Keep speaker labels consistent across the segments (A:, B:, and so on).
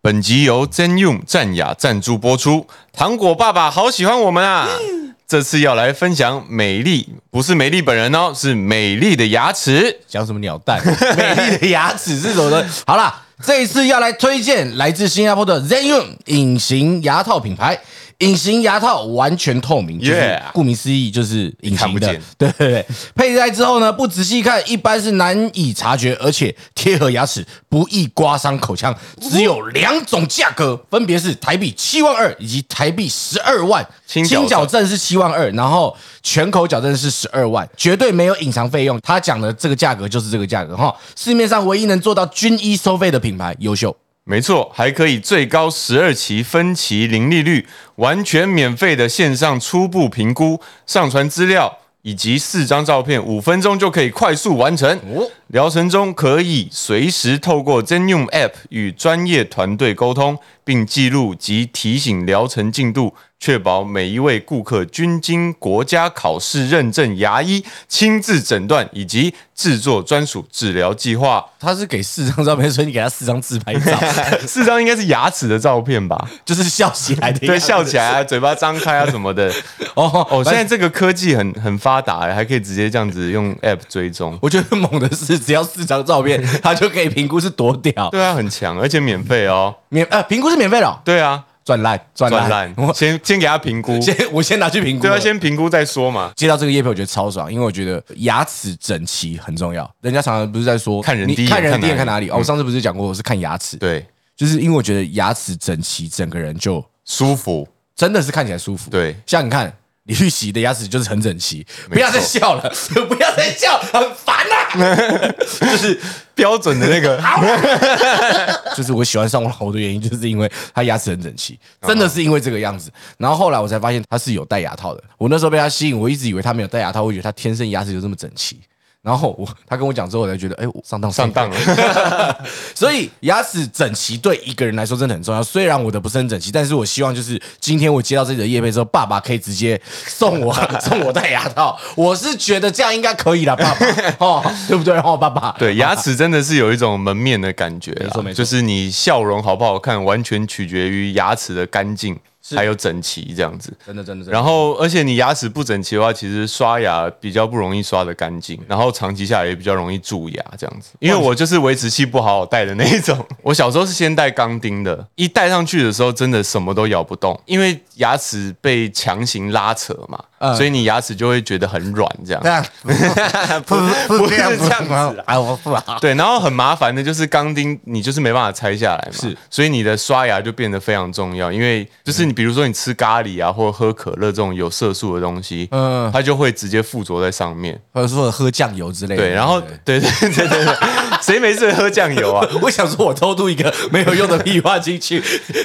A: 本集由 Zenyum 战雅赞助播出。糖果爸爸好喜欢我们啊！这次要来分享美丽，不是美丽本人哦，是美丽的牙齿。
B: 讲什么鸟 蛋？美丽的牙齿是什么的？好啦，这一次要来推荐来自新加坡的 Zenyum 隐形牙套品牌。隐形牙套完全透明，就是
A: Yeah
B: 顾名思义就是隐
A: 看
B: 形
A: 不
B: 的
A: 见。
B: 对对对，佩戴之后呢，不仔细看一般是难以察觉，而且贴合牙齿，不易刮伤口腔。只有两种价格，分别是台币七万二以及台币十二万。
A: 轻矫
B: 轻矫正是七万二，然后全口矫正是十二万，绝对没有隐藏费用。他讲的这个价格就是这个价格哈，市面上唯一能做到均一收费的品牌，优秀。
A: 没错，还可以最高十二期分期零利率，完全免费的线上初步评估，上传资料以及四张照片，五分钟就可以快速完成。
B: 哦
A: 疗程中可以随时透过 Zenium App 与专业团队沟通，并记录及提醒疗程进度，确保每一位顾客均经国家考试认证牙医亲自诊断以及制作专属治疗计划。
B: 他是给四张照片，所以你给他四张自拍照，
A: 四张应该是牙齿的照片吧？
B: 就是笑起来的样子，
A: 对，笑起来啊，嘴巴张开啊什么的。
B: 哦
A: 哦，现
B: 反
A: 在
B: 正
A: 这个科技很很发达欸，还可以直接这样子用 App 追踪。
B: 我觉得猛的是，只要四张照 片，他就可以评估是多屌。
A: 对啊，很强，而且免费哦。
B: 免呃，评估是免费的哦，
A: 对啊，
B: 赚烂赚
A: 转
B: 烂
A: 烂。，
B: 我
A: 先先给他评估，
B: 先我先拿去评估
A: 对
B: 了。
A: 啊，先评估再说嘛。
B: 接到这个叶配，我觉得超爽，因为我觉得牙齿整齐很重要。人家常常不是在说
A: 看人
B: 你
A: 第一眼
B: 看人
A: 看
B: 第一眼
A: 哪
B: 看
A: 里嗯
B: 哪里？哦，我上次不是讲过我是看牙齿，
A: 对，
B: 就是因为我觉得牙齿整齐，整个人就
A: 舒服。
B: 真的是看起来舒服。
A: 对
B: 像你看李玉玺的牙齿就是很整齐，
A: 没错
B: 不要再笑了，不要再笑，很烦啊 呐、
A: 就是标准的那个，
B: 就是我喜欢上网红的原因，就是因为他牙齿很整齐，真
A: 哦
B: 的是因为这个样子。然后后来我才发现他是有戴牙套的。我那时候被他吸引，我一直以为他没有戴牙套，我以为他天生牙齿就这么整齐。然后我他跟我讲之后，我才觉得，哎，我上当
A: 上当。了。
B: 所以牙齿整齐对一个人来说真的很重要。虽然我的不是很整齐，但是我希望就是今天我接到这里的叶配之后，爸爸可以直接送我 送我戴牙套。我是觉得这样应该可以了，爸爸哦，对不对？哦，爸爸，
A: 对，牙齿真的是有一种门面的感觉
B: 没错没
A: 啦，
B: 错
A: 就是你笑容好不好看，完全取决于牙齿的干净还有整齐这样子。
B: 真的真的真的。
A: 然后，而且你牙齿不整齐的话，其实刷牙比较不容易刷得干净，然后长期下来也比较容易蛀牙这样子。因为我就是维持器不好好戴的那一种， 我小时候是先戴钢钉的，一戴上去的时候真的什么都咬不动，因为牙齿被强行拉扯嘛，
B: 嗯
A: 所以你牙齿就会觉得很软 这样。
B: 样不不
A: 不是这样子
B: 啊！我不啊，
A: 对，然后很麻烦的就是钢钉，你就是没办法拆下来嘛，是，所以你的刷牙就变得非常重要，因为就是你比如说你吃咖喱啊，或者喝可乐这种有色素的东西，
B: 嗯
A: 嗯，它就会直接附着在上面。
B: 或者说喝酱油之类的。
A: 对，然后
B: 对
A: 对对对对对， 谁没事喝 酱油啊？
B: 我想说，我偷渡一个没有用的屁话进 去，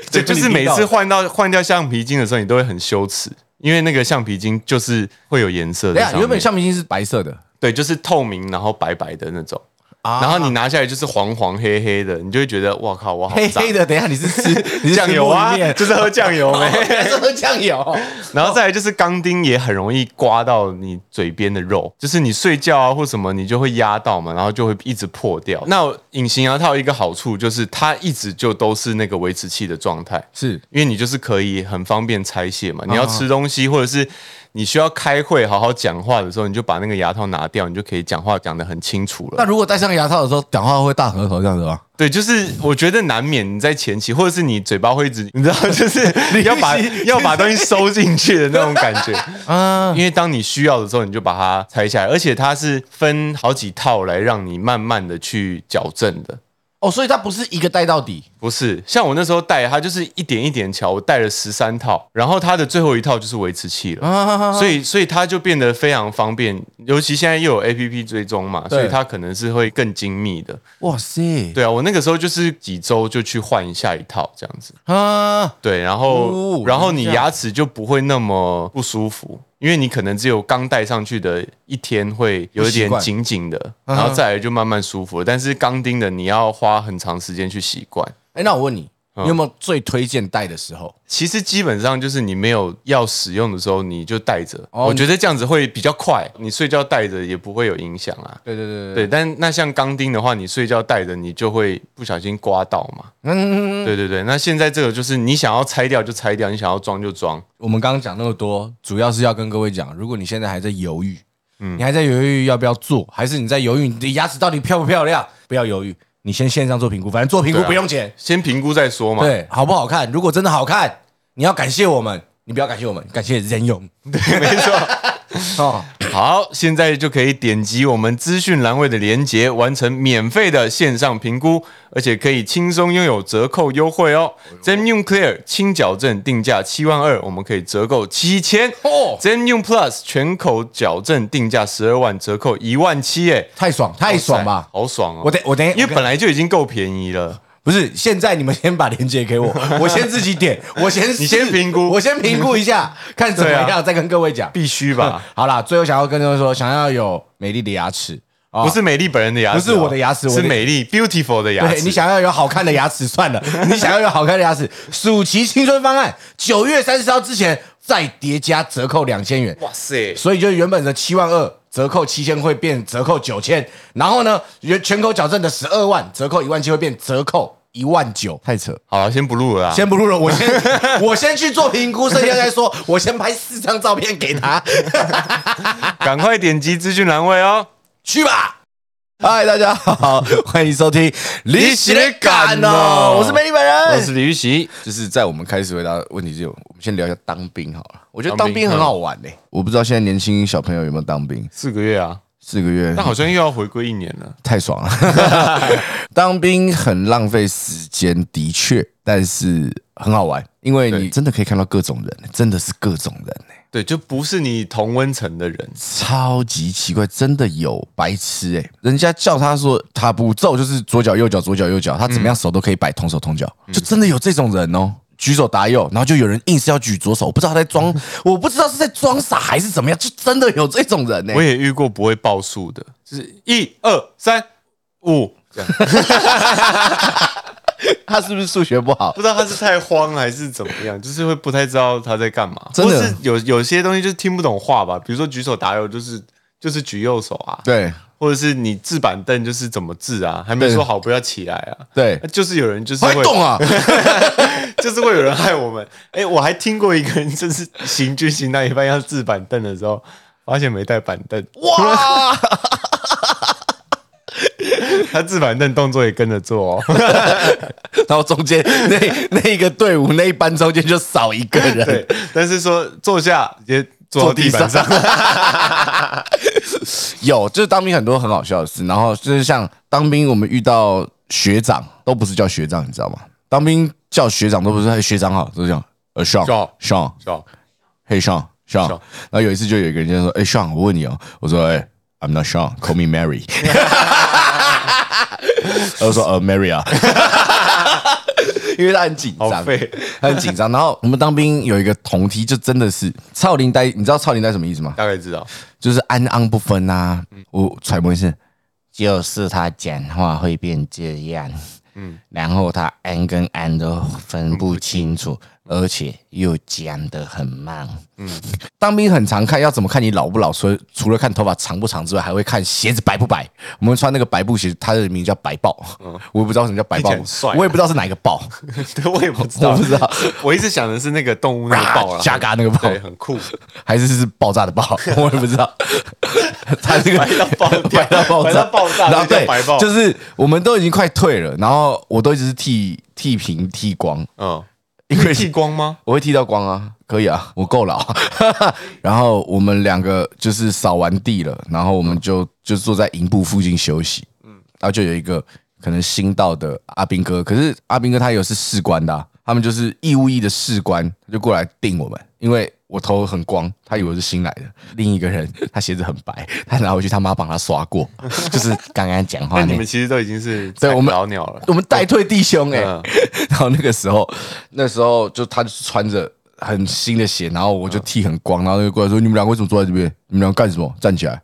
A: 就
B: 结果
A: 就
B: 你
A: 是每
B: 听到
A: 次
B: 了
A: 换到换掉橡皮筋的时候，你都会很羞耻，因为那个橡皮筋就是会有颜色
B: 等
A: 的
B: 一下，
A: 上
B: 啊原本
A: 面，
B: 橡皮筋是白色的，
A: 对，就是透明然后白白的那种，
B: 啊
A: 然后你拿下来就是黄黄黑黑的，你就会觉得哇靠，我好
B: 黑
A: 脏
B: 黑。的。等一下，你是 吃你是吃
A: 酱油啊
B: 木 鱼面，
A: 就是喝酱油没。
B: 还是喝酱油。
A: 然后再来就是钢钉也很容易刮到你嘴边的肉，就是你睡觉啊或什么，你就会压到嘛，然后就会一直破掉。那隐形牙套一个好处就是它一直就都是那个维持器的状态，
B: 是
A: 因为你就是可以很方便拆卸
B: 啊
A: 嘛。你要吃东西或者是你需要开会好好讲话的时候，你就把那个牙套拿掉，你就可以讲话讲得很清楚
B: 那
A: 了。
B: 如果戴上牙套的时候，讲话会大舌头这样子啊吗？
A: 对，就是我觉得难免你在前期或者是你嘴巴会一直，你知道， 就是要把要把东西收进去的那种感觉。
B: 啊，
A: 因为当你需要的时候，你就把它拆下来，而且它是分好几套来让你慢慢的去矫正的。
B: 哦，所以它不是一个戴到底，
A: 不是，像我那时候戴，它就是一点一点瞧，我戴了十三套，然后它的最后一套就是维持器了，
B: 嗯啊
A: 所以所以它就变得非常方便，尤其现在又有 A P P 追踪嘛，
B: 对
A: 所以它可能是会更精密的。
B: 哇塞，
A: 对啊，我那个时候就是几周就去换下一套这样子，
B: 啊，
A: 对，然后、
B: 哦
A: 然后你
B: 原来这样
A: 牙齿就不会那么不舒服，因为你可能只有刚戴上去的一天会有一点
B: 不习惯嗯
A: 紧紧的，然后再来就慢慢舒服了。但是钢钉的你要花很长时间去习惯。
B: 哎，那我问你，你有没有最推荐戴的时候？
A: 其实基本上就是你没有要使用的时候，你就带着。
B: 哦
A: 我觉得这样子会比较快，你睡觉带着也不会有影响啊。
B: 对对对
A: 对，但那像钢钉的话，你睡觉带着，你就会不小心刮到嘛。
B: 嗯，
A: 对对对，那现在这个就是你想要拆掉就拆掉，你想要装就装。
B: 我们刚刚讲那么多，主要是要跟各位讲，如果你现在还在犹豫，
A: 嗯
B: 你还在犹豫要不要做，还是你在犹豫你的牙齿到底漂不漂亮，不要犹豫，你先线上做评估，反正做评估
A: 对啊
B: 不用钱，
A: 先评估再说嘛。
B: 对，好不好看？如果真的好看，你要感谢我们，你不要感谢我们，感谢人勇
A: 对，没错。
B: 哦。
A: 好，现在就可以点击我们资讯栏位的连接，完成免费的线上评估，而且可以轻松拥有折扣优惠哦。Zenium Clear 轻矫正定价七万二，我们可以折扣七千。
B: 哦
A: Zenium Plus 全口矫正定价十二万，折扣一万七，哎，
B: 太爽，太爽吧！
A: 好爽哦！
B: 我等我等，
A: 因为
B: 我跟
A: 本来就已经够便宜 了。
B: 不是现在你们先把链接给我，我先自己点，我先试
A: 你先评估
B: 我先评估一 下，看怎么
A: 对啊
B: 样，再跟各位讲。
A: 必须吧？
B: 好啦，最后想要跟各位说，想要有美丽的牙齿啊，
A: 不是美丽本人的牙齿哦，
B: 不是我的牙齿我
A: 是
B: 的
A: 美丽 beautiful 的牙
B: 对
A: 齿。
B: 你想要有好看的牙齿算了， 你想要有好看的牙齿，暑期青春方案，九月三十号之前再叠加折扣两千元，
A: 哇塞，
B: 所以就原本的七万二折扣七千会变折扣九千，然后呢，原全口矫正的十二万折扣一万七会变折扣一万九，太扯。
A: 好了，先不录了啦。
B: 先不录了，我先我先去做评估，剩下再说。我先拍四张照片给他，
A: 赶快点击资讯栏位哦。
B: 去吧。嗨，大家好，欢迎收听《离席的感》哦，我是美丽本
A: 我
B: 人。
A: 是李玉玺，
B: 就是在我们开始回答问题之前，我们先聊一下当兵好了。我觉得
A: 当
B: 当
A: 兵
B: 兵很好玩欸呢、我不知道现在年轻小朋友有没有当兵，
A: 四个月啊，
B: 四个月
A: 但好像又要回归一年了。
B: 太爽 了。当兵很浪费时间，的确，但是很好玩，因为
A: 对
B: 你真的可以看到各种人，真的是各种人、欸
A: 对，就不是你同温层的人，
B: 超级奇怪，真的有白痴哎、人家叫他说他不奏就是左脚右脚左脚右脚，他怎么样手都可以摆同手同脚，就真的有这种人哦。举手答右，然后就有人硬是要举左手，我不知道他在 装，我不知道是在装傻还是怎么样，就真的有这种人呢、欸
A: 我也遇过不会报数的，就是一二三五这样，
B: 他是不是数学不好
A: 不？知道他是太慌了还是怎么样，就是会不太知道他在干嘛。
B: 真的
A: 或是有有些东西就是听不懂话吧，比如说举手答右就是就是举右手啊，
B: 对
A: 或者是你制板凳就是怎么制啊，还没
B: 对
A: 说好不要起来啊，
B: 对，
A: 就是有人就是
B: 会
A: 会
B: 动 啊！
A: 就是会有人害我们。哎、我还听过一个人，就是行军行到一半要置板凳的时候，发现没带板凳，
B: 哇，
A: 他置板凳动作也跟着做、 哦。
B: 然后中间那那一个队伍那一班中间就少一个人
A: 对，，但是说坐下直接坐到地板 上，
B: 有，就是当兵很多很好笑的事，然后就是像当兵，我们遇到学长都不是叫学长，你知道吗？当兵叫学长都不是嘿学长好，都是这样，呃上
A: 叫
B: 上
A: 是吧？
B: 嘿上上。然后有一次就有一个人就说，哎上，我问你哦，我说哎，I'm not Sean，call me Mary。我说呃 Mary 啊， 因为他很紧
A: 好
B: 张，
A: 废
B: 他很紧张。然后我们当兵有一个同梯，就真的是操林呆，你知道操林呆什么意思吗？
A: 大概知道。
B: 就是安安不分啊。
A: 嗯
B: 我揣摩是，就是他讲话会变这样，嗯，然后他安跟安都分不清楚，
A: 嗯
B: 而且又讲得很慢。嗯，当兵很常看，要怎么看你老不老？除了除了看头发长不长之外，还会看鞋子白不白。我们穿那个白布鞋，它的名叫白豹，我也不知道什么叫白豹
A: 嗯听起来很帅，啊
B: 我也不知道是哪一个 豹，
A: 对，我也不知道，
B: 我不知道，
A: 我一直想的是那个动物那个爆了，
B: 加嘎那个豹
A: 对，。很酷，嗯
B: 还是是爆炸的爆，我也不知道。他这个
A: 白到爆掉
B: 白到爆
A: 白
B: 炸，
A: 到爆炸
B: 然后
A: 那叫
B: 对
A: 白爆，
B: 就是我们都已经快退了，然后我都一直是剃剃平剃光，
A: 嗯，
B: 因 为
A: 剃光吗？
B: 我会剃到光啊，可以啊， 我够老。 然后我们两个就是扫完地了，然后我们就就坐在营部附近休息。嗯，然后就有一个可能新到的阿兵哥，可是阿兵哥他有是士官的啊、他们就是义务役的士官，他就过来定我们，因为我头很光，他以为我是新来的。另一个人他鞋子很白，他拿回去他妈帮他刷过， 就是刚刚讲话那
A: 那啊你
B: 个
A: 们其实都已经是
B: 对我们
A: 老鸟了，
B: 我们带退弟兄哎、
A: 嗯
B: 然后那个时候，那时候就他就是穿着很新的鞋，然后我就剃很光，然后他就过来说：“你们两个为什么坐在这边？你们两个干什么？站起来！”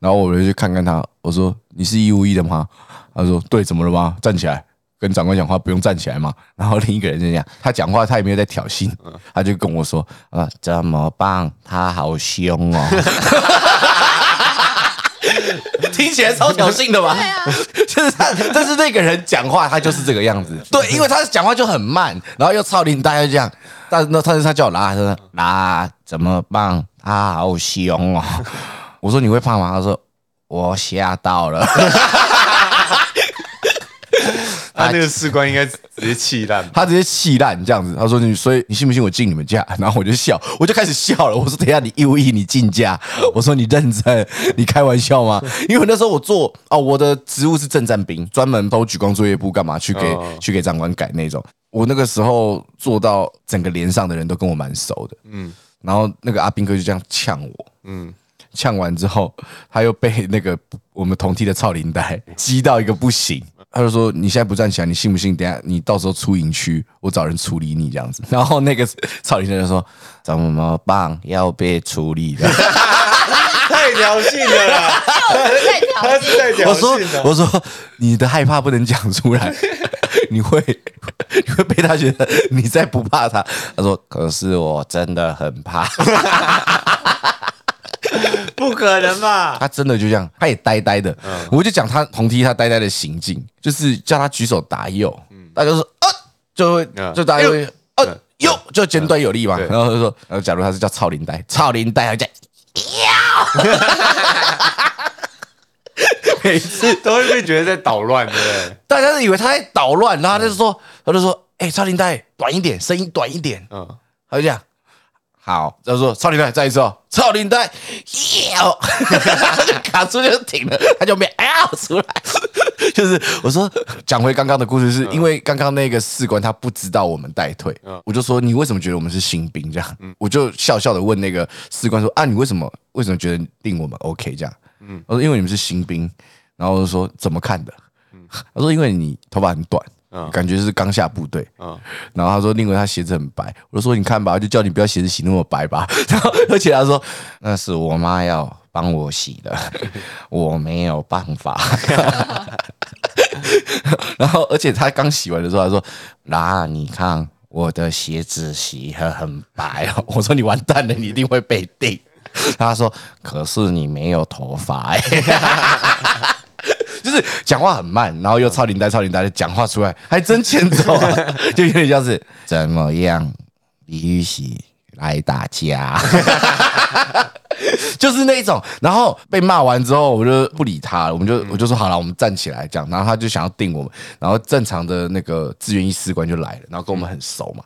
B: 然后我就去看看他，我说：“你是义务役的吗？”他说：“对，怎么了吗？站起来！”跟长官讲话不用站起来嘛。然后另一个人就这样，他讲话他也没有在挑衅，他就跟我说啊，怎么办？他好凶哦。 听起来超挑衅的吧？
C: 对啊，
B: 就是他，但是那个人讲话他就是这个样子，对，因为他讲话就很慢，然后又超龄，大家就这样，但那他他叫我拉，他说拉怎么办？他好凶哦！我说你会怕吗？他说我吓到了。。
A: 他那个士官应该直接气烂
B: 他直接气烂这样子，他说你所以你信不信我进你们家？然后我就笑，我就开始笑了。我说等一下你义务役你进家，我说你认真，你开玩笑吗？因为那时候我做哦，我的职务是正战兵，专门帮我举光作业部干嘛去给、
A: 哦
B: 去给长官改那种。我那个时候做到整个连上的人都跟我蛮熟的，嗯，然后那个阿兵哥就这样呛我，
A: 嗯，
B: 呛完之后，他又被那个我们同梯的超林带激到一个不行。他就说：“你现在不站起来，你信不信？等一下你到时候出营区，我找人处理你这样子。”然后那个超林带就说：“怎么办？要被处理的。”
A: 太挑衅了 啦！
C: 就是在挑
A: 他
C: 衅
A: 是。在挑
B: 我说
A: 衅：“的。
B: 我说你的害怕不能讲出来，你会你会被他觉得你在不怕他。”他说：“可是我真的很怕。”
A: 不可能吧？
B: 他真的就这样，他也呆呆的。
A: 嗯
B: 我就讲他同梯他呆呆的行径，就是叫他举手答右，大家就说啊，就会
A: 嗯
B: 就大家就会啊
A: 嗯
B: 右，就简短有力嘛。
A: 对
B: 然后就说，然后假如他是叫超林呆，超林呆，他就这样每次
A: 都会被觉得在捣乱，对不对？
B: 大家都以为他在捣乱，然后他就说，他就说，哎，超林呆，短一点，声音短一点，
A: 嗯，
B: 他就这样。好，他说超领带，再一次哦，超领带，哟，他哦 就卡住就停了，他就没啊出来。 就是我说讲回刚刚的故事是，因为刚刚那个士官他不知道我们带退，
A: 嗯
B: 我就说你为什么觉得我们是新兵这样？我就笑笑的问那个士官说啊，你为什么为什么觉得定我们 OK 这样？嗯，我说因为你们是新兵，然后我就说怎么看的？他说因为你头发很短，
A: 嗯
B: 感觉是刚下部队，
A: 嗯
B: 然后他说，另外他鞋子很白，我就说你看吧，就叫你不要鞋子洗那么白吧。 然后而且他说那是我妈要帮我洗的， 我没有办法。 然后而且他刚洗完的时候，他说啦，你看我的鞋子洗得很白哦。 我说你完蛋了，你一定会被定。他说可是你没有头发、欸。 就是讲话很慢，然后又超龄呆超龄呆的讲话出来，还真欠揍、啊，就有点像是怎么样，李玉玺来打架， 就是那一种。然后被骂完之后，我就不理他了，我们就我就说好了，我们站起来这样。然后他就想要定我们，然后正常的那个志愿役士官就来了，然后跟我们很熟嘛，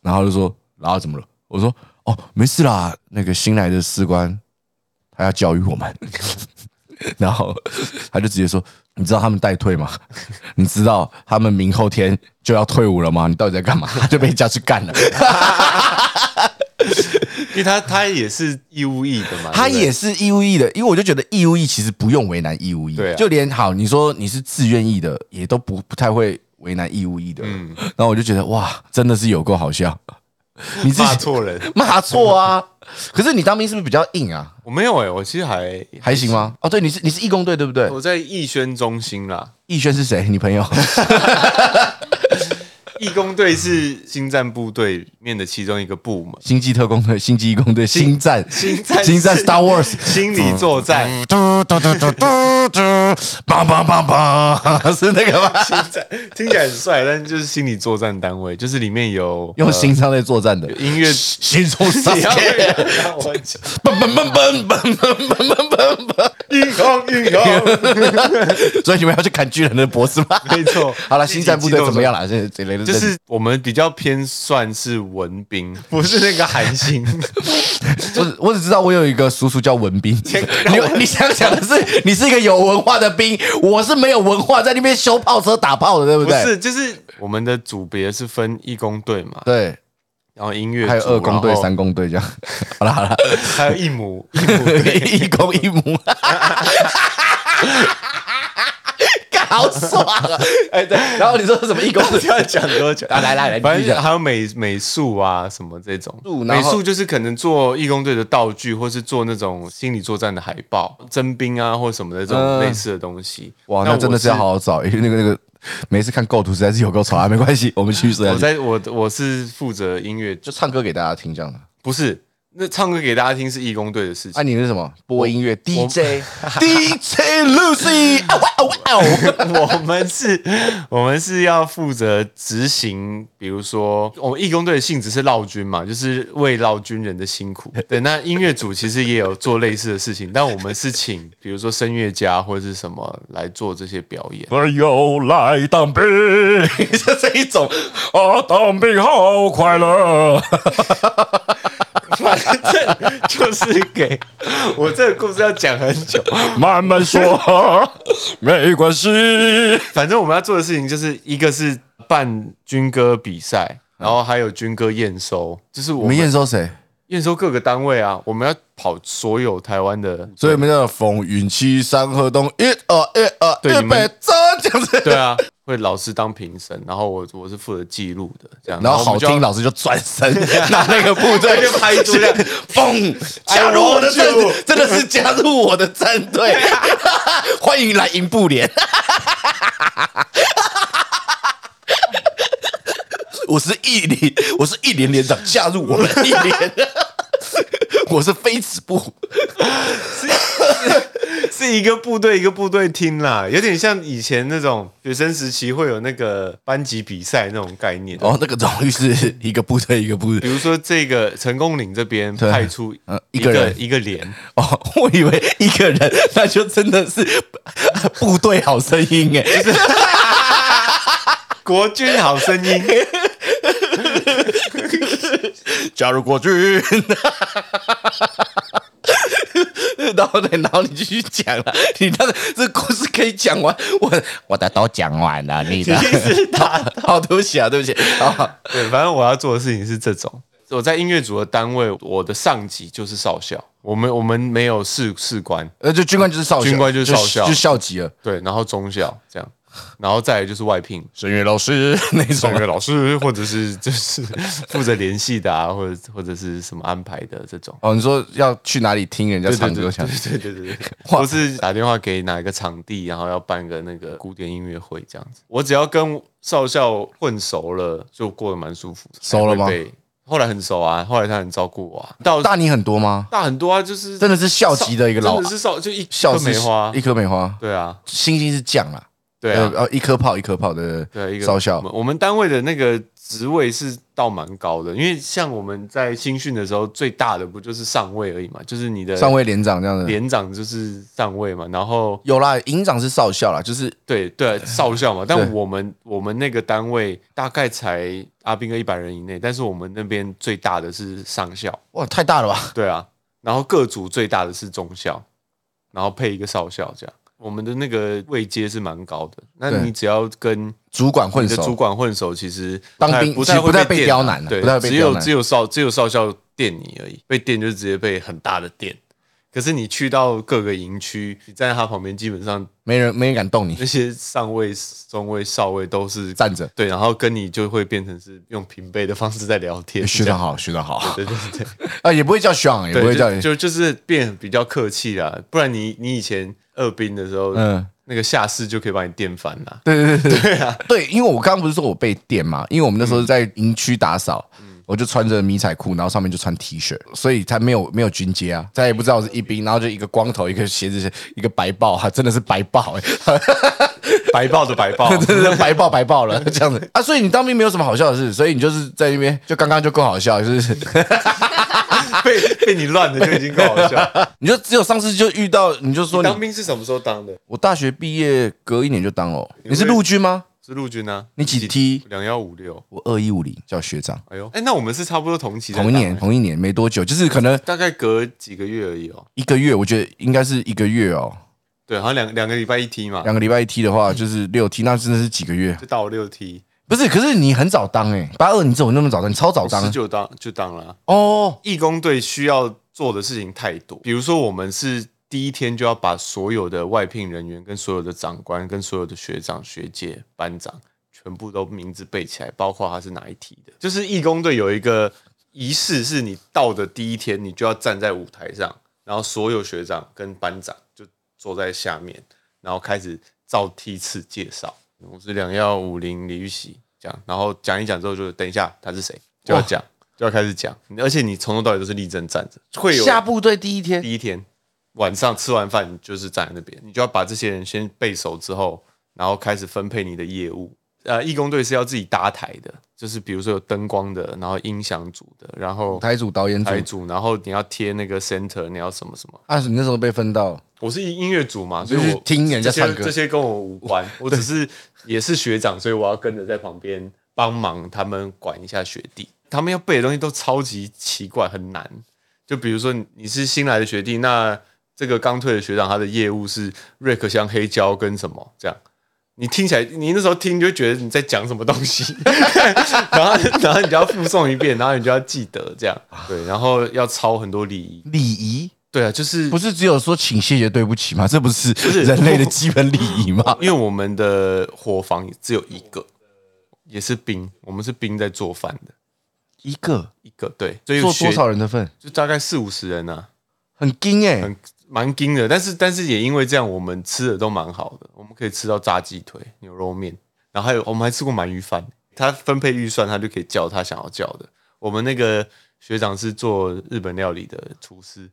B: 然后就说然后怎么了？我说哦没事啦，那个新来的士官他要教育我们。然后他就直接说：“你知道他们带退吗？ 你知道他们明后天就要退伍了吗？你到底在干嘛？”他就被叫去干了。
A: 因为他他也是义务役的嘛，
B: 他
A: 对不对
B: 也是义务役的，因为我就觉得义务役其实不用为难义务役，
A: 对啊
B: 就连好你说你是自愿役的，也都不不太会为难义务役的。
A: 嗯
B: 然后我就觉得哇，真的是有够好笑。你自
A: 骂
B: 己
A: 错人。
B: 骂错啊！可是你当兵是不是比较硬啊？
A: 我没有哎，我其实还
B: 还行吗？哦，对，你是你是义工队对不对？
A: 我在义宣中心啦，
B: 义轩是谁？你朋友？
A: 义工队是新战部队里面的其中一个部门，
B: 星际特工队、星际义工队、星战、
A: 星战
B: 星战
A: 是嗯
B: Star Wars
A: 心理作战，
B: 嘟嘟嘟嘟嘟嘟，梆梆梆梆，是那个吗？
A: 听起来很帅，但就是心理作战单位，就是里面有
B: 用心脏在作战的
A: 音乐。
B: 心中杀
A: 你要不
B: 气，
A: 要让我讲
B: 嘣嘣嘣嘣嘣嘣嘣嘣嘣
A: 运动运动，
B: 嘣。所以你们要去砍巨人的脖子吗？
A: 没错。
B: 好了，星战部队怎么样
A: 了？
B: 了？这这类的
A: 就是我们比较偏算是文兵，不是那个韩 星。
B: 我只我只知道我有一个叔叔叫文斌，你你想讲的是你是一个有文化的兵，我是没有文化，在那边修炮车打炮的，对不
A: 不
B: 对？
A: 是，就是我们的组别是分义工队嘛，
B: 对，
A: 然后音乐
B: 还有
A: 组
B: 二公队、
A: 然后
B: 三公队这样。好了好了，
A: 还有一母一母 队。
B: 一公一母， 干好爽啊！哎，对，然后你说什么一公
A: 不要讲多久，
B: 来来来来，
A: 反
B: 反
A: 正
B: 正
A: 还有美美术啊什么这种
B: 术，然
A: 美
B: 后
A: 术就是可能做义工队的道具，或是做那种心理作战的海报、征兵啊或什么的这种
B: 嗯
A: 类似的东西。
B: 哇，那
A: 我
B: 真的是要好好找，因为那个那个每次看构图实在是有够吵啊，没关系，我们继续说下
A: 我
B: 去，
A: 在我我是负责音乐，
B: 就唱歌给大家听这样的。
A: 不是那唱歌给大家听是义工队的事情。
B: 啊，你是什么播音乐 DJ DJ Lucy？啊哇啊哇啊哇！
A: 我们是，我们是要负责执行，比如说我们义工队的性质是绕军嘛，就是慰劳军人的 辛苦。对，那音乐组其实也有做类似的事情，但我们是请比如说声乐家或者是什么来做这些表演。
B: 我又来当兵，就这一种啊，当兵好快乐。
A: 反正 就是给我这个故事要讲很久。
B: 慢慢 说，没关系。
A: 反正我们要做的事情就是一个是办军歌比赛，然后还有军歌验收，就是我
B: 我们
A: 们
B: 验收谁？
A: 验收各个单位啊，我们要跑所有台湾的。
B: 所以我们叫风云七山河东，一二一二
A: 对
B: 一
A: 你们
B: 北征这样子。
A: 对啊，会老师当评审，然后我我是负责记录的，这样。
B: 然后
A: 我
B: 好
A: 们就要
B: 听，老师就转 身拿那个部队
A: 就拍桌这样，
B: 嘣，加入我的战
A: I want you，
B: 真的是加入我的战 队，欢迎来营部连。 我是义林，我是义林连长，加入我们义连。 我是非子部，
A: 是一个部队一个部队听啦，有点像以前那种学生时期会有那个班级比赛那种概念。
B: 哦，那个荣誉是一个部队一个部
A: 比
B: 队，
A: 如说这个成功岭这边
B: 对
A: 派出
B: 呃
A: 一
B: 一个
A: 个
B: 人
A: 一个连，
B: 哦， 我以为一个人，那就真的是 部队好声音哎，
A: 国军好声音。
B: 加入国军。然后对，然后你继续讲了，你那个这故事可以讲完，我我的都讲完了，你的 好，对不起啊，对不起啊，
A: 对，反正我要做的事情是这种。我在音乐组的单位，我的上级就是少校，我们我们没有士士官，
B: 呃，就军官就是少校，
A: 军官就是少校
B: 就校级了。
A: 对，然后中校这样，然后再来就是外聘，
B: 沈月老师 那
A: 转
B: 种，
A: 给老师或者是就是负责联系的啊，或者或者是什么安排的这种。
B: 哦，你说要去哪里听人家
A: 对对
B: 唱
A: 对
B: 歌？想
A: 对对对对，或是打电话给哪个场地，然后要办个那个古典音乐会这样子。我只要跟少校混熟了，就过得蛮舒服的。
B: 熟了吗
A: 还会被？后来很熟啊，后来他很照顾我啊。到
B: 大你很多吗？
A: 大很多啊，就是
B: 真的是校级的一个老
A: 真的是少就一
B: 校
A: 颗
B: 是
A: 梅花
B: 一，颗梅花，
A: 对啊，
B: 星星是酱啊，
A: 对
B: 呃
A: 啊，
B: 呃，一颗炮一颗炮的
A: 对一个
B: 少
A: 我
B: 校，
A: 们我们单位的那个职位是到蛮高的，因为像我们在新训的时候，最大的不就是上尉而已嘛，就是你的
B: 上尉连长这样的。
A: 连长就是上尉嘛，然后
B: 有啦，营长是少校啦，就是
A: 对 对少校嘛，但
B: 对
A: 我们我们那个单位大概才阿兵哥一百人以内，但是我们那边最大的是上校，
B: 哇，太大了吧？
A: 对啊，然后各组最大的是中校，然后配一个少校这样。我们的那个位阶是蛮高的，那
B: 对
A: 你只要跟
B: 主管混
A: 你的主
B: 熟，
A: 管混熟，其实
B: 当
A: 太
B: 兵
A: 不
B: 其
A: 太
B: 实不太被
A: 电啊
B: 刁难啊
A: 对
B: 不太，被
A: 只
B: 刁
A: 有
B: 难
A: 只有少只有少校电你而已，被电就直接被很大的电。可是你去到各个营区，你站在他旁边，基本上
B: 没人没人敢动你，
A: 那些上尉、中尉、少尉都是
B: 站着。
A: 对，然后跟你就会变成是用平辈的方式在聊天，
B: 学
A: 这
B: 长
A: 样
B: 好，学长好
A: 对对对对。
B: 啊，也不会叫学长，也 不会
A: 对，
B: 叫
A: 就就就是变比较客气啦，不然你你以前二兵的时候，
B: 嗯
A: 那个下士就可以把你电翻啦。
B: 对对对对啊，对，因为我刚刚不是说我被电嘛，因为我们那时候在营区打扫，
A: 嗯
B: 我就穿着迷彩裤，然后上面就穿 T 恤，所以他没有没有军阶啊，大家也不知道我是一兵，然后就一个光头，一个鞋子，一个白豹，哈，真的是白豹、欸，
A: 白豹的白豹，
B: 真的白爆白爆 了这样子啊，所以你当兵没有什么好笑的事，所以你就是在那边就刚刚就够好笑，就是
A: 被被你乱的就已经够好笑了。
B: 你就只有上次就遇到，你就说
A: 你
B: 你
A: 当兵是什么时候当的？
B: 我大学毕业隔一年就当哦，
A: 会
B: 你是陆军吗？
A: 是陆军啊？
B: 你几梯？
A: 两幺五六。
B: 我二一五零叫学长，
A: 哎呦，哎，那我们是差不多同期在
B: 同一
A: 当
B: 年
A: 欸，
B: 同一年没多久，就是可能
A: 大概隔几个月而已哦。
B: 一个月，我觉得应该是一个月哦，
A: 对，好像两两个礼拜一梯嘛，
B: 两个礼拜一踢的 话就是六踢，那真的是几个月。
A: 就到六梯，
B: 不是，可是你很早当哎、八二你怎么那么早当？你超早
A: 十
B: 当
A: 九当就当了啊。
B: 哦，
A: 义工队需要做的事情太多，比如说我们是第一天就要把所有的外聘人员、跟所有的长官、跟所有的学长、学姐、班长全部都名字背起来，包括他是哪一题的。就是义工队有一个仪式，是你到的第一天，你就要站在舞台上，然后所有学长跟班长就坐在下面，然后开始照梯次介绍。我是两药五零李玉玺这样，然后讲一讲之后就等一下他是谁就要讲就要开始讲，而且你从头到尾都是立正站着，会有
B: 下部队第一天，
A: 第一天晚上吃完饭你就是站在那边，你就要把这些人先背熟之后，然后开始分配你的业务。呃，义工队是要自己搭台的，就是比如说有灯光的，然后音响组的，然后
B: 台主导演组
A: 台组，然后你要贴那个 center，你要什么什么。
B: 啊，你那时候被分到
A: 我是音乐组嘛，所以
B: 就是
A: 我
B: 听人家
A: 这些
B: 唱歌
A: 这些跟我无 关，我只是也是学长，所以我要跟着在旁边帮忙他们管一下学弟。他们要背的东西都超级奇怪，很难。就比如说你你是新来的学弟，那这个刚退的学长他的业务是瑞克香黑胶跟什么这样。你听起来，你那时候听你就觉得你在讲什么东西， 然后然后你就要复诵一遍，然后你就要记得这样，对，然后要抄很多礼仪，
B: 礼仪，
A: 对啊，就是
B: 不是只有说请谢谢对不起吗？这不是
A: 是
B: 人类的基本礼仪吗？
A: 啊因为我们的伙房只有一个，也是兵，我们是兵在做饭的
B: 一个
A: 一个，对，所以
B: 做
A: 学
B: 多少人的份，
A: 就大概四五十人啊，
B: 很惊哎、
A: 很蛮精的。但是但是也因为这样，我们吃的都蛮好的，我们可以吃到炸鸡腿、牛肉面，然后还有我们还吃过鳗鱼饭。他分配预算，他就可以叫他想要叫的。我们那个学长是做日本料理的厨师，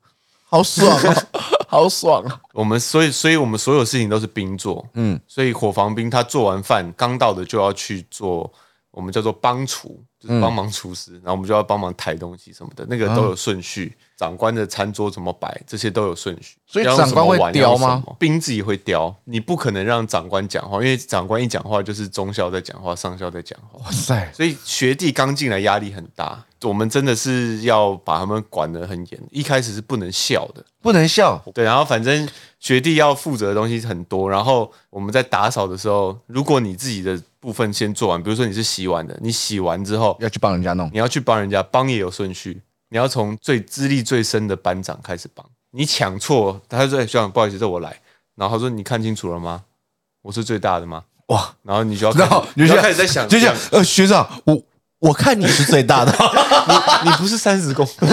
B: 好爽啊， 好爽啊！
A: 我们所以，所以我们所有事情都是兵做，嗯
B: 嗯，
A: 所以伙房兵他做完饭刚到的就要去做，我们叫做帮厨，就是
B: 嗯
A: 帮忙厨师，然后我们就要帮忙抬东西什么的，那
B: 啊
A: 个都有顺序，长官的餐桌怎么摆，这些都有顺序。
B: 所以
A: 要用
B: 长官
A: 什么
B: 会
A: 碗要
B: 雕
A: 用什
B: 吗
A: 么？兵自己会雕，你不可能让长官讲话，因为长官一讲话就是中校在讲话，上校在讲话，
B: 哇塞，
A: 所以学弟刚进来压力很大，我们真的是要把他们管得很严，一开始是不能笑的。
B: 不能笑，
A: 对，然后反正学弟要负责的东西很多，然后我们在打扫的时候，如果你自己的部分先做完，比如说你是洗碗的，你洗完之后，
B: 要去帮人家弄。
A: 你要去帮人家，帮也有顺序，你要从最资历最深的班长开始帮。你抢错，他就说：“哎、学长，不好意思，这我来。”然后他说：“你看清楚了吗？我是最大的吗
B: 哇，？”
A: 然后你就要开
B: 然
A: 始，
B: 后
A: 你
B: 就
A: 就
B: 像
A: 开始在想，
B: 就
A: 这样
B: 像呃，学长，我我看你是最大 的，
A: 你不是三十公分。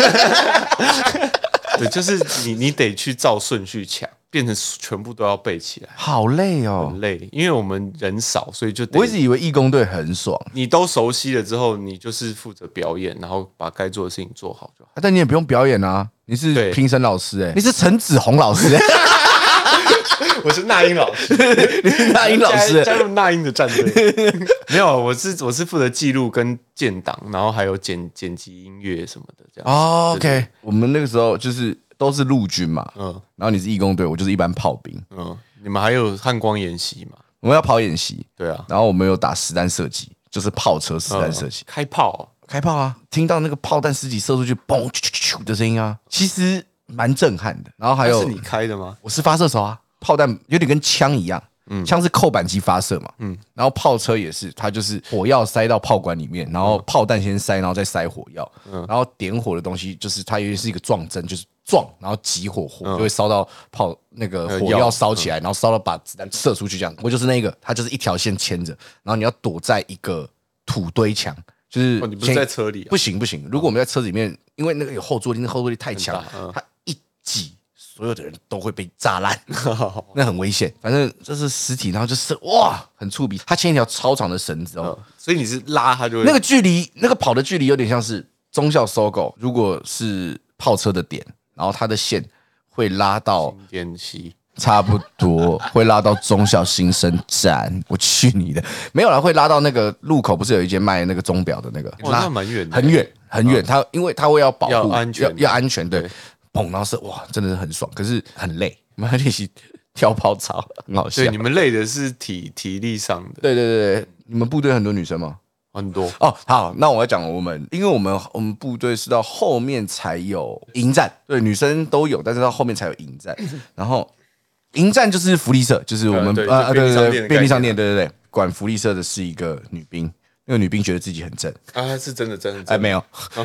A: 对，就是你，你得去照顺序抢，变成全部都要背起来。
B: 好累哦
A: 很。累，因为我们人少，所以就得
B: 我一直以为义工队很爽，
A: 你都熟悉了之后，你就是负责表演，然后把该做的事情做好就好。
B: 但你也不用表演啊，你是
A: 对
B: 评审老师哎、你是陈子红老师、
A: 我是那英老师，
B: 欸， 那英 老师、
A: 加加入那英的战队。 没有，我是我是负责记录跟建档，然后还有剪剪辑音乐什么的这样。
B: 哦 OK，我们那个时候就是都是陆军嘛，
A: 嗯
B: 然后你是义工队，我就是一般炮兵，
A: 嗯，你们还有汉光演习嘛？
B: 我们要跑演习，
A: 对啊，
B: 然后我们有打实弹射击，就是炮车实弹
A: 嗯
B: 射击。
A: 开炮哦、
B: 开炮啊，听到那个炮弹实体射出去，嘣啾啾啾的声音啊，其实蛮震撼的。然后还有，
A: 是你开的吗？
B: 我是发射手啊，炮弹有点跟枪一样，
A: 嗯
B: 枪是扣扳机发射嘛，嗯，然后炮车也是，它就是火药塞到炮管里面，然
A: 嗯
B: 后炮弹先塞，然后再塞火药，然后点火的东西就是它也是一个撞针，就是撞，然后集火火就会烧到炮那个
A: 嗯呃
B: 火
A: 药
B: 药烧起来，然后烧到把子弹射出去这样。我就是那个，它就是一条线牵着，然后你要躲在一个土堆墙。就是
A: 哦，你不是
B: 先
A: 在车里、啊
B: 不？行不行，如果我们在车子里面，因为那个有后坐力，那个后坐力太强
A: 很大嗯
B: 了，它一挤，所有的人都会被炸 烂，那很危险。反正这是尸体，然后就是哇，很触鼻。它牵一条超长的绳子哦，
A: 嗯所以你是拉他就会
B: 那个距离，那个跑的距离有点像是中校搜狗，如果是炮车的点，然后它的线会拉到
A: 演习。
B: 差不多会拉到中小新生站。我去你的，没有啦，会拉到那个路口，不是有一间卖那个钟表的那个，
A: 哇
B: 拉
A: 哦那蛮远的
B: 很远很远。他因为他会要保护，
A: 要安全
B: 要要安全，对
A: 对。
B: 砰，然后是哇，真的是很爽，可是很 累。我们还练习 跳抛操，很好笑
A: 对，。你们累的是体体力上的
B: 对对对对，你们部队很多女生吗？
A: 很多。
B: 哦，好，那我要讲我们，因为我们我们部队是到后面才有营战，对，女生都有，但是到后面才有营战，然后营战就是福利社，就是我
A: 呃
B: 们
A: 对
B: 啊
A: 就
B: 对
A: 便利商
B: 对
A: 店
B: 对，
A: 的
B: 便利商
A: 概念啊
B: 店，对对对，管福利社的是一个女兵，那个女兵觉得自己很正，
A: 啊，是真的，真的，
B: 哎，
A: 真的哦
B: 没有，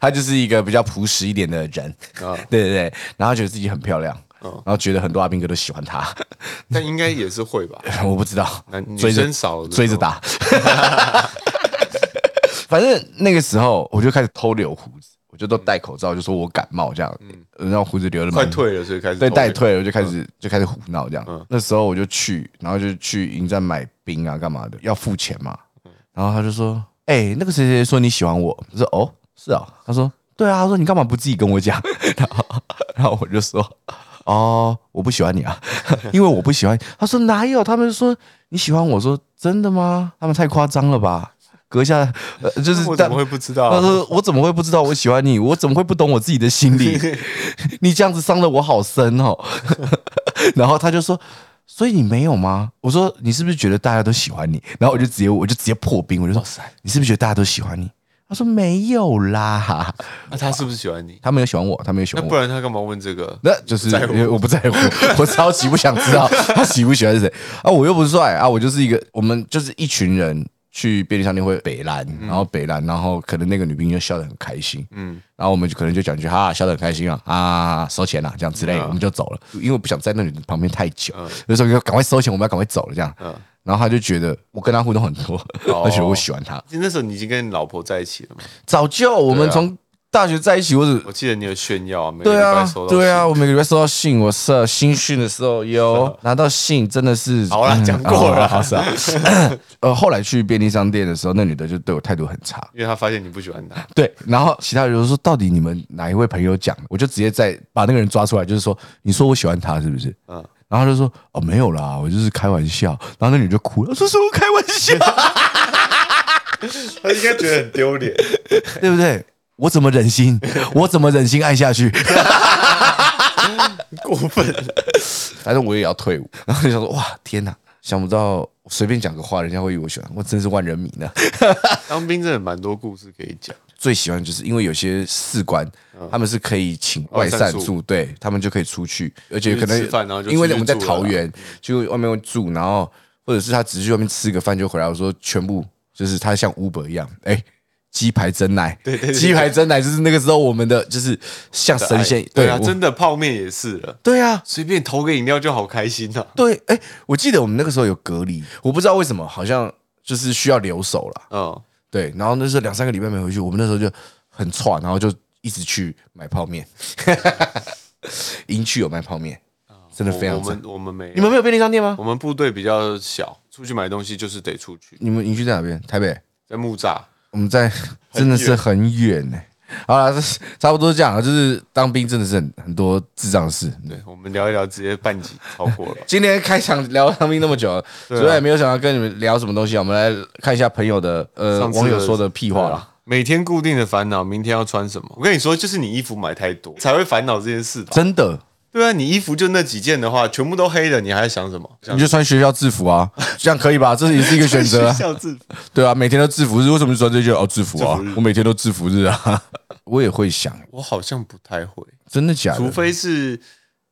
B: 她就是一个比较朴实一点的人，
A: 啊
B: 对对对，然后她觉得自己很漂亮，
A: 嗯
B: 然后觉得很多阿兵哥都喜欢她，
A: 但应该也是会吧？
B: 我不知道
A: 那，女
B: 追着
A: 生少的时候
B: 追着打。 反正那个时候我就开始偷留胡子，我就都戴口罩，就说我感冒这样，然后胡子留的
A: 嗯快退了，所以开始
B: 对，
A: 偷
B: 带
A: 懒
B: 退了，我就
A: 嗯
B: 开始、就开始胡闹这样。那时候我就去，然后就去营站买冰啊，干嘛的，要付钱嘛。
A: 嗯
B: 然后他就说：“哎、那个谁谁谁说你喜欢我。”我说：“哦，是哦。”他说：“对啊。”他说：“你干嘛不自己跟我讲？” 然后然后我就说：“哦，我不喜欢你啊， 因为我不喜欢。”他说：“哪有？他们说你喜欢我。”我说：“真的吗？他们太夸张了吧？”阁下，呃，就是
A: 我
B: 但
A: 怎么会不知道
B: 他
A: 啊？
B: 说：“我怎么会不知道我喜欢你？我怎么会不懂我自己的心理？你这样子伤的我好深哦。” 然后他就说：“所以你没有吗？”我说：“你是不是觉得大家都喜欢你？”然后我就直接我就直接破冰，我就说：“你是不是觉得大家都喜欢你？”他说：“没有啦，
A: 那他是不是喜欢你？
B: 他没有喜欢我，他没有喜
A: 那
B: 欢
A: 不
B: 我。”
A: 然他干嘛问这个？
B: 那就是
A: 不在乎
B: 因为我不在乎，我超级不想知 道他喜不喜欢谁啊！我又不帅啊！我就是一个，我们就是一群人去便利商店会北兰，然后北兰，然后可能那个女兵就笑得很开心，
A: 嗯，
B: 然后我们就可能就讲一句哈，笑得很开心啊啊，收钱了这样之
A: 嗯
B: 类的，我们就走了，因为我不想在那里旁边太久，就说赶快收钱，我们要赶快走了这样。
A: 嗯
B: 然后他就觉得我跟他互动很多，
A: 哦
B: 而且我喜欢 他。
A: 那时候你已经跟你老婆在一起了嘛？
B: 早就我
A: 啊
B: 们从大学在一起，我只
A: 我记得你有炫耀啊，每个礼
B: 对
A: 拜
B: 啊
A: 收到，信
B: 对啊，，我每个礼拜收到信，我是啊新训的时 候有拿到信，真的是
A: 好啦
B: 嗯
A: 讲过了啦
B: 好好是 啊。呃，后来去便利商店的时候，那女的就对我态度很差。
A: 因为他发现你不喜欢他，
B: 对，然后其他人就说到底你们哪一位朋友讲的？我就直接再把那个人抓出来，就是说你说我喜欢他是不是？
A: 嗯
B: 嗯。然后他就说哦没有啦，我就是开玩笑。然后那女就哭了，说什么开玩笑，
A: 他应该觉得很丢脸。
B: 对不对？我怎么忍心？我怎么忍心爱下去？
A: 过分了，
B: 反正我也要退伍。 然后就想说哇天哪，想不到我随便讲个话，人家会以为我喜欢，我真是万人迷呢。
A: 当兵真的蛮多故事可以讲，
B: 最喜欢就是因为有些士官，他们是可以请外
A: 外
B: 散
A: 嗯哦散
B: 住，对他们就可以出去，而且
A: 去
B: 可能
A: 吃饭然后就
B: 因为
A: 出去
B: 我们在
A: 住了
B: 桃
A: 啦嗯
B: 园，就外面会住，然后或者是他只是去外面吃个饭就回来。我说全部就是他像 Uber 一样，哎。鸡排蒸奶，对
A: 对对
B: 鸡排蒸奶就是那个时候我们的就是像神仙，
A: 对啊，
B: 我
A: 真的泡面也是了，
B: 对啊，
A: 随便投个饮料就好开心啊呐。
B: 对，哎、我记得我们那个时候有隔离，我不知道为什么，好像就是需要留守啦。
A: 嗯，
B: 对，然后那时候两三个礼拜没回去，我们那时候就很串，然后就一直去买泡面， 营区有卖泡面，真的非
A: 我
B: 常
A: 我
B: 赞
A: 们。我们没，
B: 哦你们没有便利商店吗？
A: 我们部队比较小，出去买东西就是得出去，
B: 你们营区在哪边？台北？
A: 在木栅。
B: 我们在真的是很远呢、好了，这是差不多是这样啊，就是当兵真的是很很多智障的事。。
A: 对，我们聊一聊，直接半集超过了
B: 今天开场聊当兵那么久了，
A: 对啊
B: 所以也没有想要跟你们聊什么东西啊。我们来看一下朋友的呃
A: 上次啊
B: 网友说的屁话啦。
A: 每天固定的烦恼，明天要穿什么？我跟你说，就是你衣服买太多才会烦恼这件事吧？
B: 真的，
A: 对啊，你衣服就那几件的话，全部都黑了，你还想什么？
B: 你就穿学校制服 啊，这样可以吧？这也是一个选择、啊
A: 学。校制服
B: 对啊，每天都制服日，为什么穿这件？哦，制服啊
A: 制服日，
B: 我每天都制服日啊。 我也会想，
A: 我好像不太会，
B: 真的假
A: 除
B: 的？
A: 非是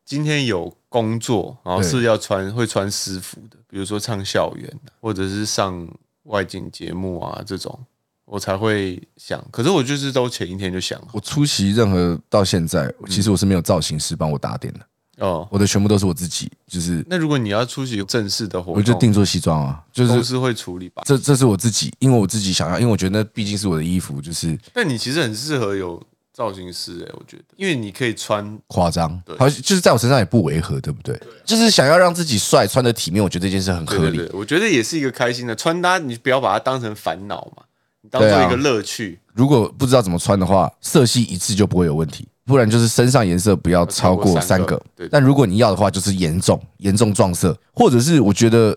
A: 今天有工作，然后
B: 对
A: 是要穿会穿私服的，比如说上校园啊或者是上外景节目啊这种，我才会想。可是我就是都前一天就想了
B: 我出席任何到现在，
A: 嗯
B: 其实我是没有造型师帮我打点的，
A: 哦。
B: 我的全部都是我自己，就是
A: 那如果你要出席正式的活动，
B: 我就定做西装啊，就
A: 公
B: 是
A: 司会处理吧。
B: 这这是我自己，因为我自己想要，因为我觉得那毕竟是我的衣服，就是
A: 但你其实很适合有造型师哎、我觉得，因为你可以穿
B: 夸张，好像就是在我身上也不违和，对不对？就是想要让自己帅，穿的体面，我觉得这件事很合
A: 对
B: 理。
A: 啊对对，我觉得也是一个开心的穿搭，你不要把它当成烦恼嘛，你当做
B: 啊
A: 一个乐趣。
B: 如果不知道怎么穿的话，色系一致就不会有问题。不然就是身上颜色不要超过三
A: 超过
B: 个
A: 三个对。
B: 但如果你要的话，就是严重严重撞色，或者是我觉得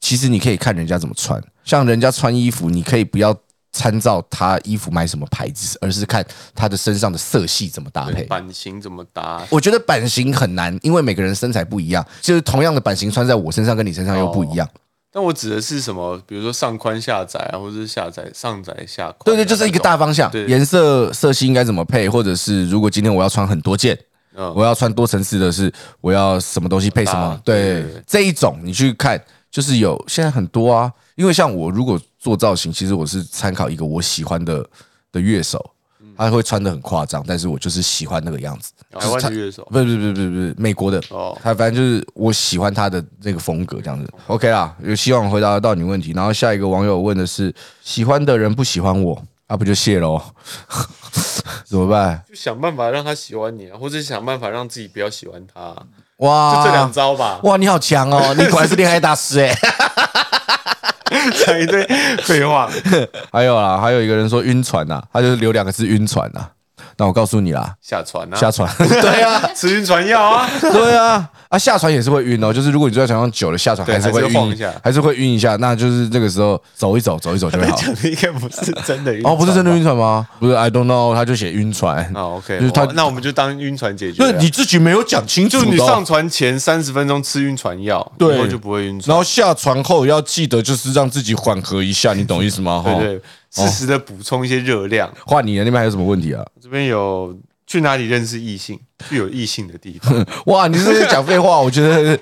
B: 其实你可以看人家怎么穿，像人家穿衣服，你可以不要参照他衣服买什么牌子，而是看他的身上的色系怎么搭
A: 对
B: 配。
A: 版型怎么搭？
B: 我觉得版型很难，因为每个人身材不一样，就是同样的版型穿在我身上跟你身上又不一样。
A: 但我指的是什么？比如说上宽下窄啊，或者是下窄上窄下宽啊。
B: 对对，就是一个大方向
A: 对，
B: 颜色色系应该怎么配，或者是如果今天我要穿很多件，
A: 嗯
B: 我要穿多层次的是我要什么东西配什么
A: 搭，对
B: 对
A: 对对
B: 这一种你去看，就是有现在很多啊，因为像我如果做造型，其实我是参考一个我喜欢的的乐手。他会穿的很夸张，但是我就是喜欢那个样子。
A: 那嗯种台湾的乐手。
B: 不是不是不是不是美国的
A: 哦
B: 他反正就是我喜欢他的那个风格这样子。OK 啦，有希望回答得到你问题。然后下一个网友问的是，喜欢的人不喜欢我，啊，不就谢喽？ 怎么办？
A: 就想办法让他喜欢你啊，或者想办法让自己不要喜欢他啊，
B: 哇，
A: 就这两招吧。
B: 哇，你好强 哦！你果然是恋爱大师哎、
A: 讲一堆废话，
B: 还有啊，还有一个人说晕船呐、啊他就是留两个字晕船呐、啊那我告诉你啦，
A: 下船啊，
B: 下 船，对啊，
A: 吃晕船药啊，
B: 对啊，啊下船也是会晕哦，就是如果你坐在船上久了，下船
A: 对
B: 还是会
A: 还是会晃
B: 晕
A: 一下
B: 还是会晕一下，那就是这个时候走一走，走一走就会好。
A: 讲的应该不是真的晕船
B: 哦，不是真的
A: 吧
B: 晕船吗？不是，I don't know，他就写晕船，
A: 哦，OK，
B: 就是他
A: 哇那我们就当晕船解决
B: 那
A: 啊。
B: 你自己没有讲清楚
A: 就
B: 的哦，
A: 你上船前三十分钟吃晕船药，
B: 对
A: 以后就不会晕船。
B: 然后下船后要记得就是让自己缓和一下，你懂意思吗？哈，
A: 对对，
B: 哦
A: 适时的补充一些热量。
B: 换你了那边还有什么问题啊？
A: 这边有去哪里认识异性，去有异性的地 方。
B: 哇，你是不是讲废 话？我觉得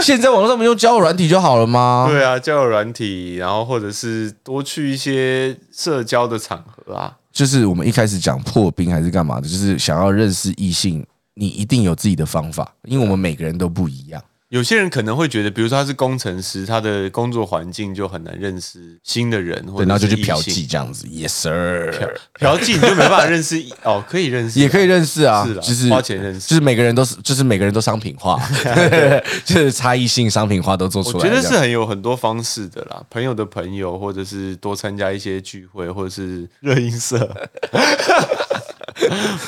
B: 现在网络上不用交友软体就好了吗？
A: 对啊，交友软体，然后或者是多去一些社交的场合啊。
B: 就是我们一开始讲破冰还是干嘛的，就是想要认识异性，你一定有自己的方法，因为我们每个人都不一样。
A: 有些人可能会觉得，比如说他是工程师，他的工作环境就很难认识新的人，或
B: 对，
A: 者
B: 然后就是去嫖
A: 异性
B: 妓。这样子，yes sir，
A: 嫖妓你就没办法认识异哦，可以认 识，
B: 也可以认识啊
A: 是，啦
B: 就是
A: 花钱认识
B: 就是每个人都是，就是每个人都商品 化，就是差异性商品化都做出
A: 我
B: 来。
A: 觉得是很有很多方式的啦，朋友的朋友，或者是多参加一些聚会，或者是热音社，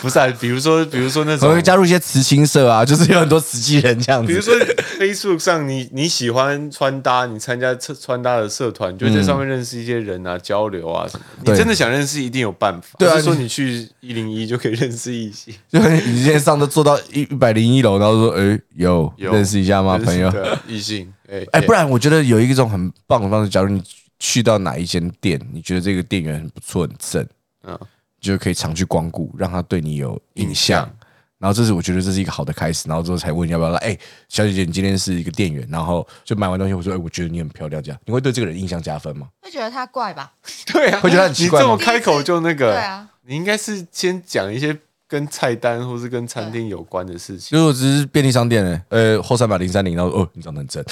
A: 不是、啊，比如说，比如说那
B: 我
A: 种
B: 会，加入一些慈青社啊，就是有很多慈济人这样
A: 比如
B: 子。
A: 说 Facebook 上你你喜欢穿搭，你参加穿穿搭的社团，就会在上面认识一些人啊，交流啊什么的。
B: 嗯对
A: 你真的想认识，一定有办法。
B: 对啊
A: 不是说
B: 你
A: 你去一零一就可以认识异性，
B: 就你今天上都坐到一一百零一楼，然后说，哎、有
A: 有
B: 认识一下吗，
A: 认识
B: 朋友？
A: 对啊异性，哎
B: 哎、不然我觉得有一种很棒的方式，假如你去到哪一间店，你觉得这个店员很不错、很正，
A: 嗯，
B: 就可以常去光顾，让他对你有印
A: 印
B: 象
A: 象。
B: 然后这是我觉得这是一个好的开始，然后之后才问要不要来。哎、小姐姐，你今天是一个店员，然后就买完东西，我说，哎、我觉得你很漂亮，这样你会对这个人印象加分吗？
C: 会觉得他怪吧？
A: 对啊，
B: 会觉得很奇怪
A: 你这么
C: 吗
A: 开口就那个，
C: 对啊，
A: 你应该是先讲一些跟菜单或是跟餐厅有关的事情，
B: 如果只是便利商店、呢，呃，后三百零三零，然后哦，你长得很正，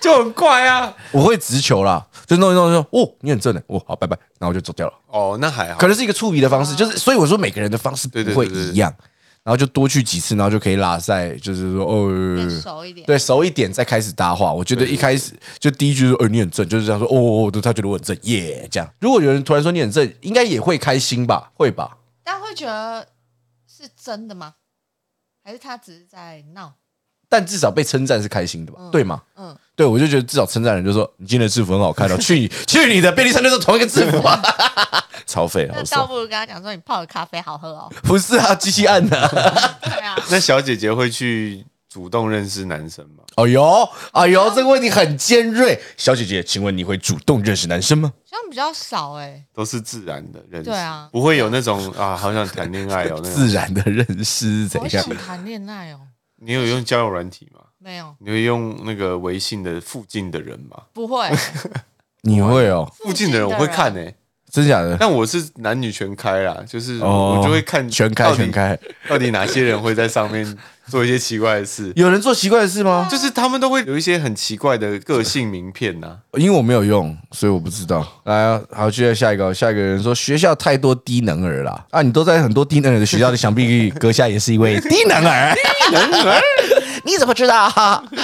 A: 就很怪啊。
B: 我会直球啦，就弄一弄就说，哦，你很正的，哦，好，拜拜，然后我就走掉了。
A: 哦，那还好
B: 可。能是一个触笔的方式，就是所以我说每个人的方式不
A: 对对
B: 会
A: 对对
B: 一样，然后就多去几次，然后就可以拉塞，就是说
A: 嗯
C: 变
B: 哦。
C: 熟一点。
B: 对，熟一点再开始搭话。我觉得一开始就第一句说：“哦，你很正。”就是这样说：“哦哦，哦对他觉得我很正，耶、这样。如果有人突然说你很正，应该也会开心吧？会吧？
C: 但会觉得是真的吗？还是他只是在闹？
B: 但至少被称赞是开心的吧？对吗？
C: 嗯，
B: 对，我就觉得至少称赞人就说：“你今天的制服很好看哦，去你去你的便利商店都同一个制服啊，超废了，
C: 那
B: 我
C: 倒
B: 说
C: 啊不如跟他讲说你泡的咖啡好喝 哦。
B: 不是啊，机器按的、
C: 对啊，
A: 那小姐姐会去主动认识男生吗？
B: 哎呦，哎呦，这个问题很尖锐。小姐姐，请问你会主动认识男生吗？
C: 像比较少哎、
A: 都是自然的认识，
C: 对啊
A: 不会有那种啊，好想谈恋爱哦。那 种
B: 自然的认识是
C: 我
B: 怎
C: 想
B: 样？
C: 谈恋爱哦，
A: 你有用交友软体吗？
C: 没有，
A: 你会用那个微信的附近的人吗？
C: 不会。
B: 你会哦，
A: 附近的人我会看
C: 的
A: 呢、
B: 真假的？
A: 但我是男女全开啦，就是
B: 哦
A: 我就会看
B: 全开
A: 到底
B: 全，开。？
A: 到底哪些人会在上面做一些奇怪的事
B: 有人做奇怪的事吗？
A: 就是他们都会有一些很奇怪的个性名片呐、
B: 因为我没有用，所以我不知道。来啊，好，接着下一个哦，下一个人说学校太多低能儿啦。啊，你都在很多低能儿的学校，你想必阁下也是一位低能儿。
D: 你怎么知道？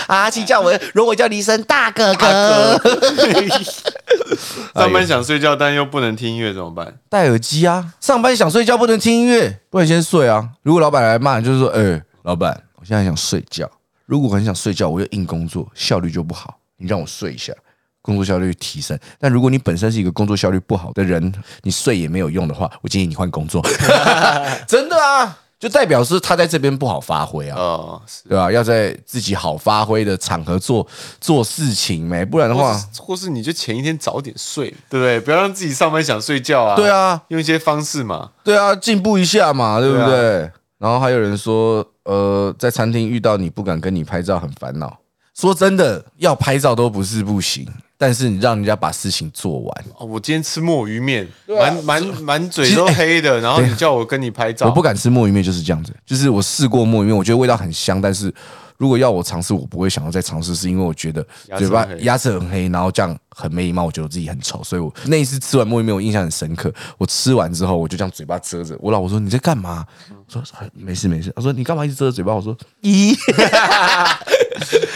D: 啊，请叫我，容我叫你一声大哥哥。
A: 上
B: 哎
A: 班想睡觉，但又不能听音乐怎么办？
B: 戴耳机啊，上班想睡觉不能听音乐，不能先睡啊。如果老板来骂，你就是说，哎、老板，我现在想睡觉。如果很想睡觉，我又硬工作，效率就不好。你让我睡一下，工作效率提升。但如果你本身是一个工作效率不好的人，你睡也没有用的话，我建议你换工 作。真的啊，就代表是他在这边不好发挥啊，
A: 哦，是
B: 对吧、要在自己好发挥的场合做做事情没，不然的
A: 或
B: 话，
A: 是或是你就前一天早点睡，对不对？不要让自己上班想睡觉啊。
B: 对，啊，
A: 用一些方式嘛。
B: 对啊，进步一下嘛，对不对？
A: 对
B: 然后还有人说，呃，在餐厅遇到你不敢跟你拍照，很烦恼。说真的，要拍照都不是不行，但是你让人家把事情做完，
A: 哦，我今天吃墨鱼面，
B: 啊
A: 满满满嘴都黑 的，然后你叫我跟你拍照，
B: 我不敢吃墨鱼面就是这样子。就是我试过墨鱼面，我觉得味道很香，但是如果要我尝试，我不会想要再尝试，是因为我觉得
A: 牙齿
B: 嘴巴
A: 很黑
B: 牙齿很黑，然后这样很没礼貌，我觉得我自己很丑，所以我那一次吃完莫名我印象很深刻。我吃完之后，我就这样嘴巴遮着，我老婆说你在干嘛？我说哎没事没事。她说你干嘛一直遮着嘴巴？我说 咦，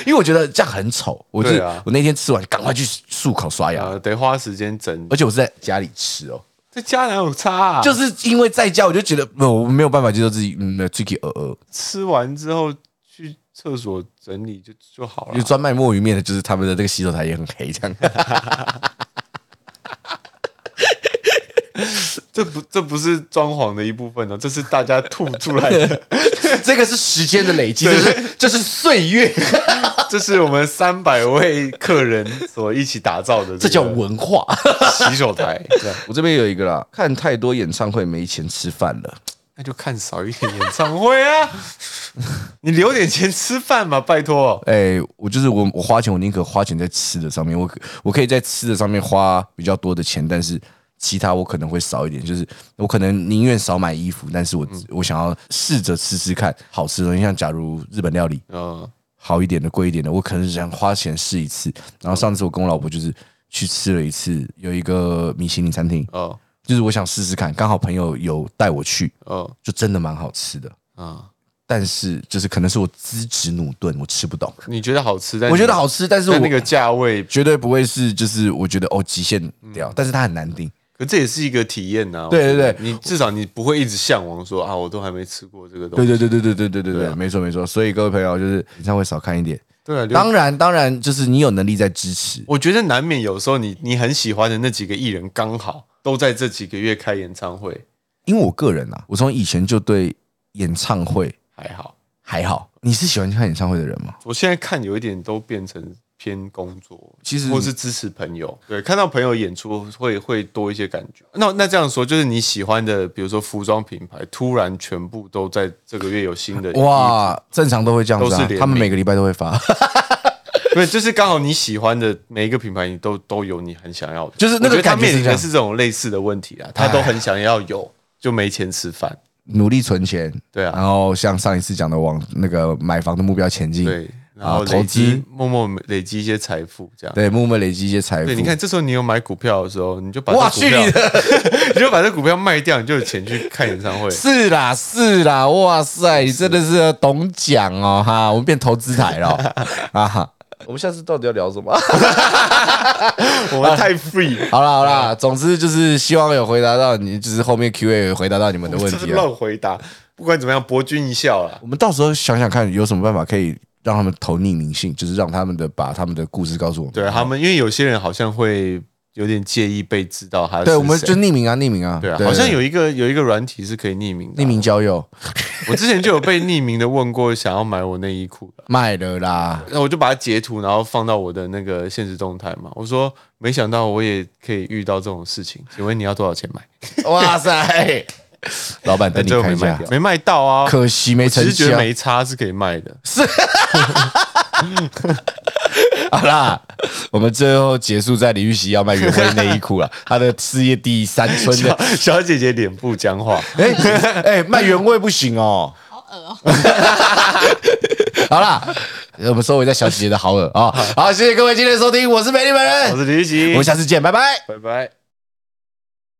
B: 因为我觉得这样很丑，我就、
A: 对啊
B: 我那天吃完赶快去漱口刷牙，
A: 呃，得花时间整
B: 而。且我是在家里吃哦。
A: 这家哪有差啊？
B: 就是是因为在家，我就觉得没有，我没有办法接受自己，嗯，自己呃呃，
A: 吃完之后去厕所整理就就好
B: 因为
A: 了。
B: 专卖墨鱼面的，就是他们的这个洗手台也很黑，这样。
A: 这不这不是装潢的一部分呢、哦这是大家吐出来的，
B: 这个是时间的累积，这是这是岁月，
A: 这是我们三百位客人所一起打造的、
B: 这叫文化。
A: 洗手 台。这样
B: 我这边有一个啦，看太多演唱会没钱吃饭了。
A: 那就看少一点演唱会啊！ 你留点钱吃饭嘛，拜托。
B: 哎、我就是我，我花钱，我宁可花钱在吃的上面，我可我可以在吃的上面花比较多的钱，但是其他我可能会少一点，就是我可能宁愿少买衣服，但是我、我想要试着吃吃看好吃的东西，像假如日本料理，
A: 嗯，
B: 好一点的、贵一点的，我可能想花钱试一次。然后上次我跟我老婆就是去吃了一次，有一个米其林餐厅，
A: 哦，
B: 就是我想试试看，刚好朋友有带我去，
A: 哦，
B: 就真的蛮好吃的。
A: 啊，
B: 但是就是可能是我资质努顿，我吃不懂。
A: 你觉得好吃？但
B: 我觉得好吃，但是
A: 吃
B: 我
A: 那个价位，
B: 绝对不会是就是我觉得哦极限掉，但是它很难定。
A: 可这也是一个体验呐、
B: 对
A: 我觉得
B: 对对
A: 你至少你不会一直向往说啊，我都还没吃过这个东
B: 对
A: 西。
B: 对对对对对对对
A: 对
B: 对，
A: 啊
B: 没错没错。所以各位朋友就是演唱会少看一点。
A: 对啊，当
B: 当然当然，就是你有能力在支持。
A: 我觉得难免有时候你你很喜欢的那几个艺人刚好都在这几个月开演唱会，
B: 因为我个人啊，我从以前就对演唱会
A: 还好。
B: 还好。你是喜欢看演唱会的人吗？
A: 我现在看有一点都变成偏工作，
B: 其实
A: 或是支持朋友。对，看到朋友演出会会多一些感觉。那那这样说，就是你喜欢的，比如说服装品牌，突然全部都在这个月有新的，
B: 哇，正常都会这样子
A: 都是
B: 啊
A: 联，名
B: 他们每个礼拜都会 发，
A: 对，就是刚好你喜欢的每一个品牌，你都都有你很想要的。
B: 就是那个
A: 我觉得他
B: 感觉是
A: 面临
B: 这
A: 的
B: 样哎
A: 是这种类似的问题啊，他都很想要有，就没钱吃饭。
B: 努力存钱，
A: 对啊
B: 然后像上一次讲的，往那个买房的目标前进，
A: 对，然后
B: 啊投
A: 累积
B: 资
A: 默默累积一些财富，这样。
B: 对，默默累积一些财富。
A: 对，你看，这时候你有买股票的时候，你就把这
B: 哇
A: 股票，
B: 去你
A: 你就把这股票卖掉，你就有钱去看演唱会。
B: 是啦是啦，哇塞，你真的是懂讲哦哈，我们变投资 台了哦啊哈。我们下次到底要聊什么？
A: 我们太 free，了
B: 好啦好啦，总之就是希望有回答到你，就是后面 Q&A 有回答到你们的问
A: 这是
B: 题啊了。
A: 乱回答。不管怎么样，博君一笑啊啦。
B: 我们到时候想想看，有什么办法可以让他们投匿名信，就是让他们的把他们的故事告诉我们。
A: 对他们，因为有些人好像会有点介意被知道他是
B: 对，我们
A: 谁
B: 就匿名啊，匿名啊，
A: 对啊，好像有一个有一个软体是可以匿名的啊。
B: 匿名交友
A: 我之前就有被匿名的问过，想要买我内衣裤的，
B: 卖了 啦。
A: 那我就把它截图，然后放到我的那个现实动态嘛。我说没想到我也可以遇到这种事情，请问你要多少钱买？
B: 哇塞，老板等
A: 但
B: 你
A: 最后
B: 看
A: 没
B: 一
A: 卖
B: 下
A: 掉，，没卖到啊。
B: 可惜没
A: 我只
B: 成
A: 是觉
B: 交
A: 得。没差是可以卖的，
B: 好啦，我们最后结束在李玉玺要卖原味内衣裤 了，他的事业第三春的
A: 小。小姐姐脸不僵化，
B: 哎哎，卖原味不行哦。
C: 好恶哦、
B: 好啦，我们收尾在 小姐姐的好耳啊。好，谢谢各位今天的收听，我是美丽本
A: 我
B: 人，
A: 是李玉玺
B: 我们，下次见，拜拜。
A: 拜拜。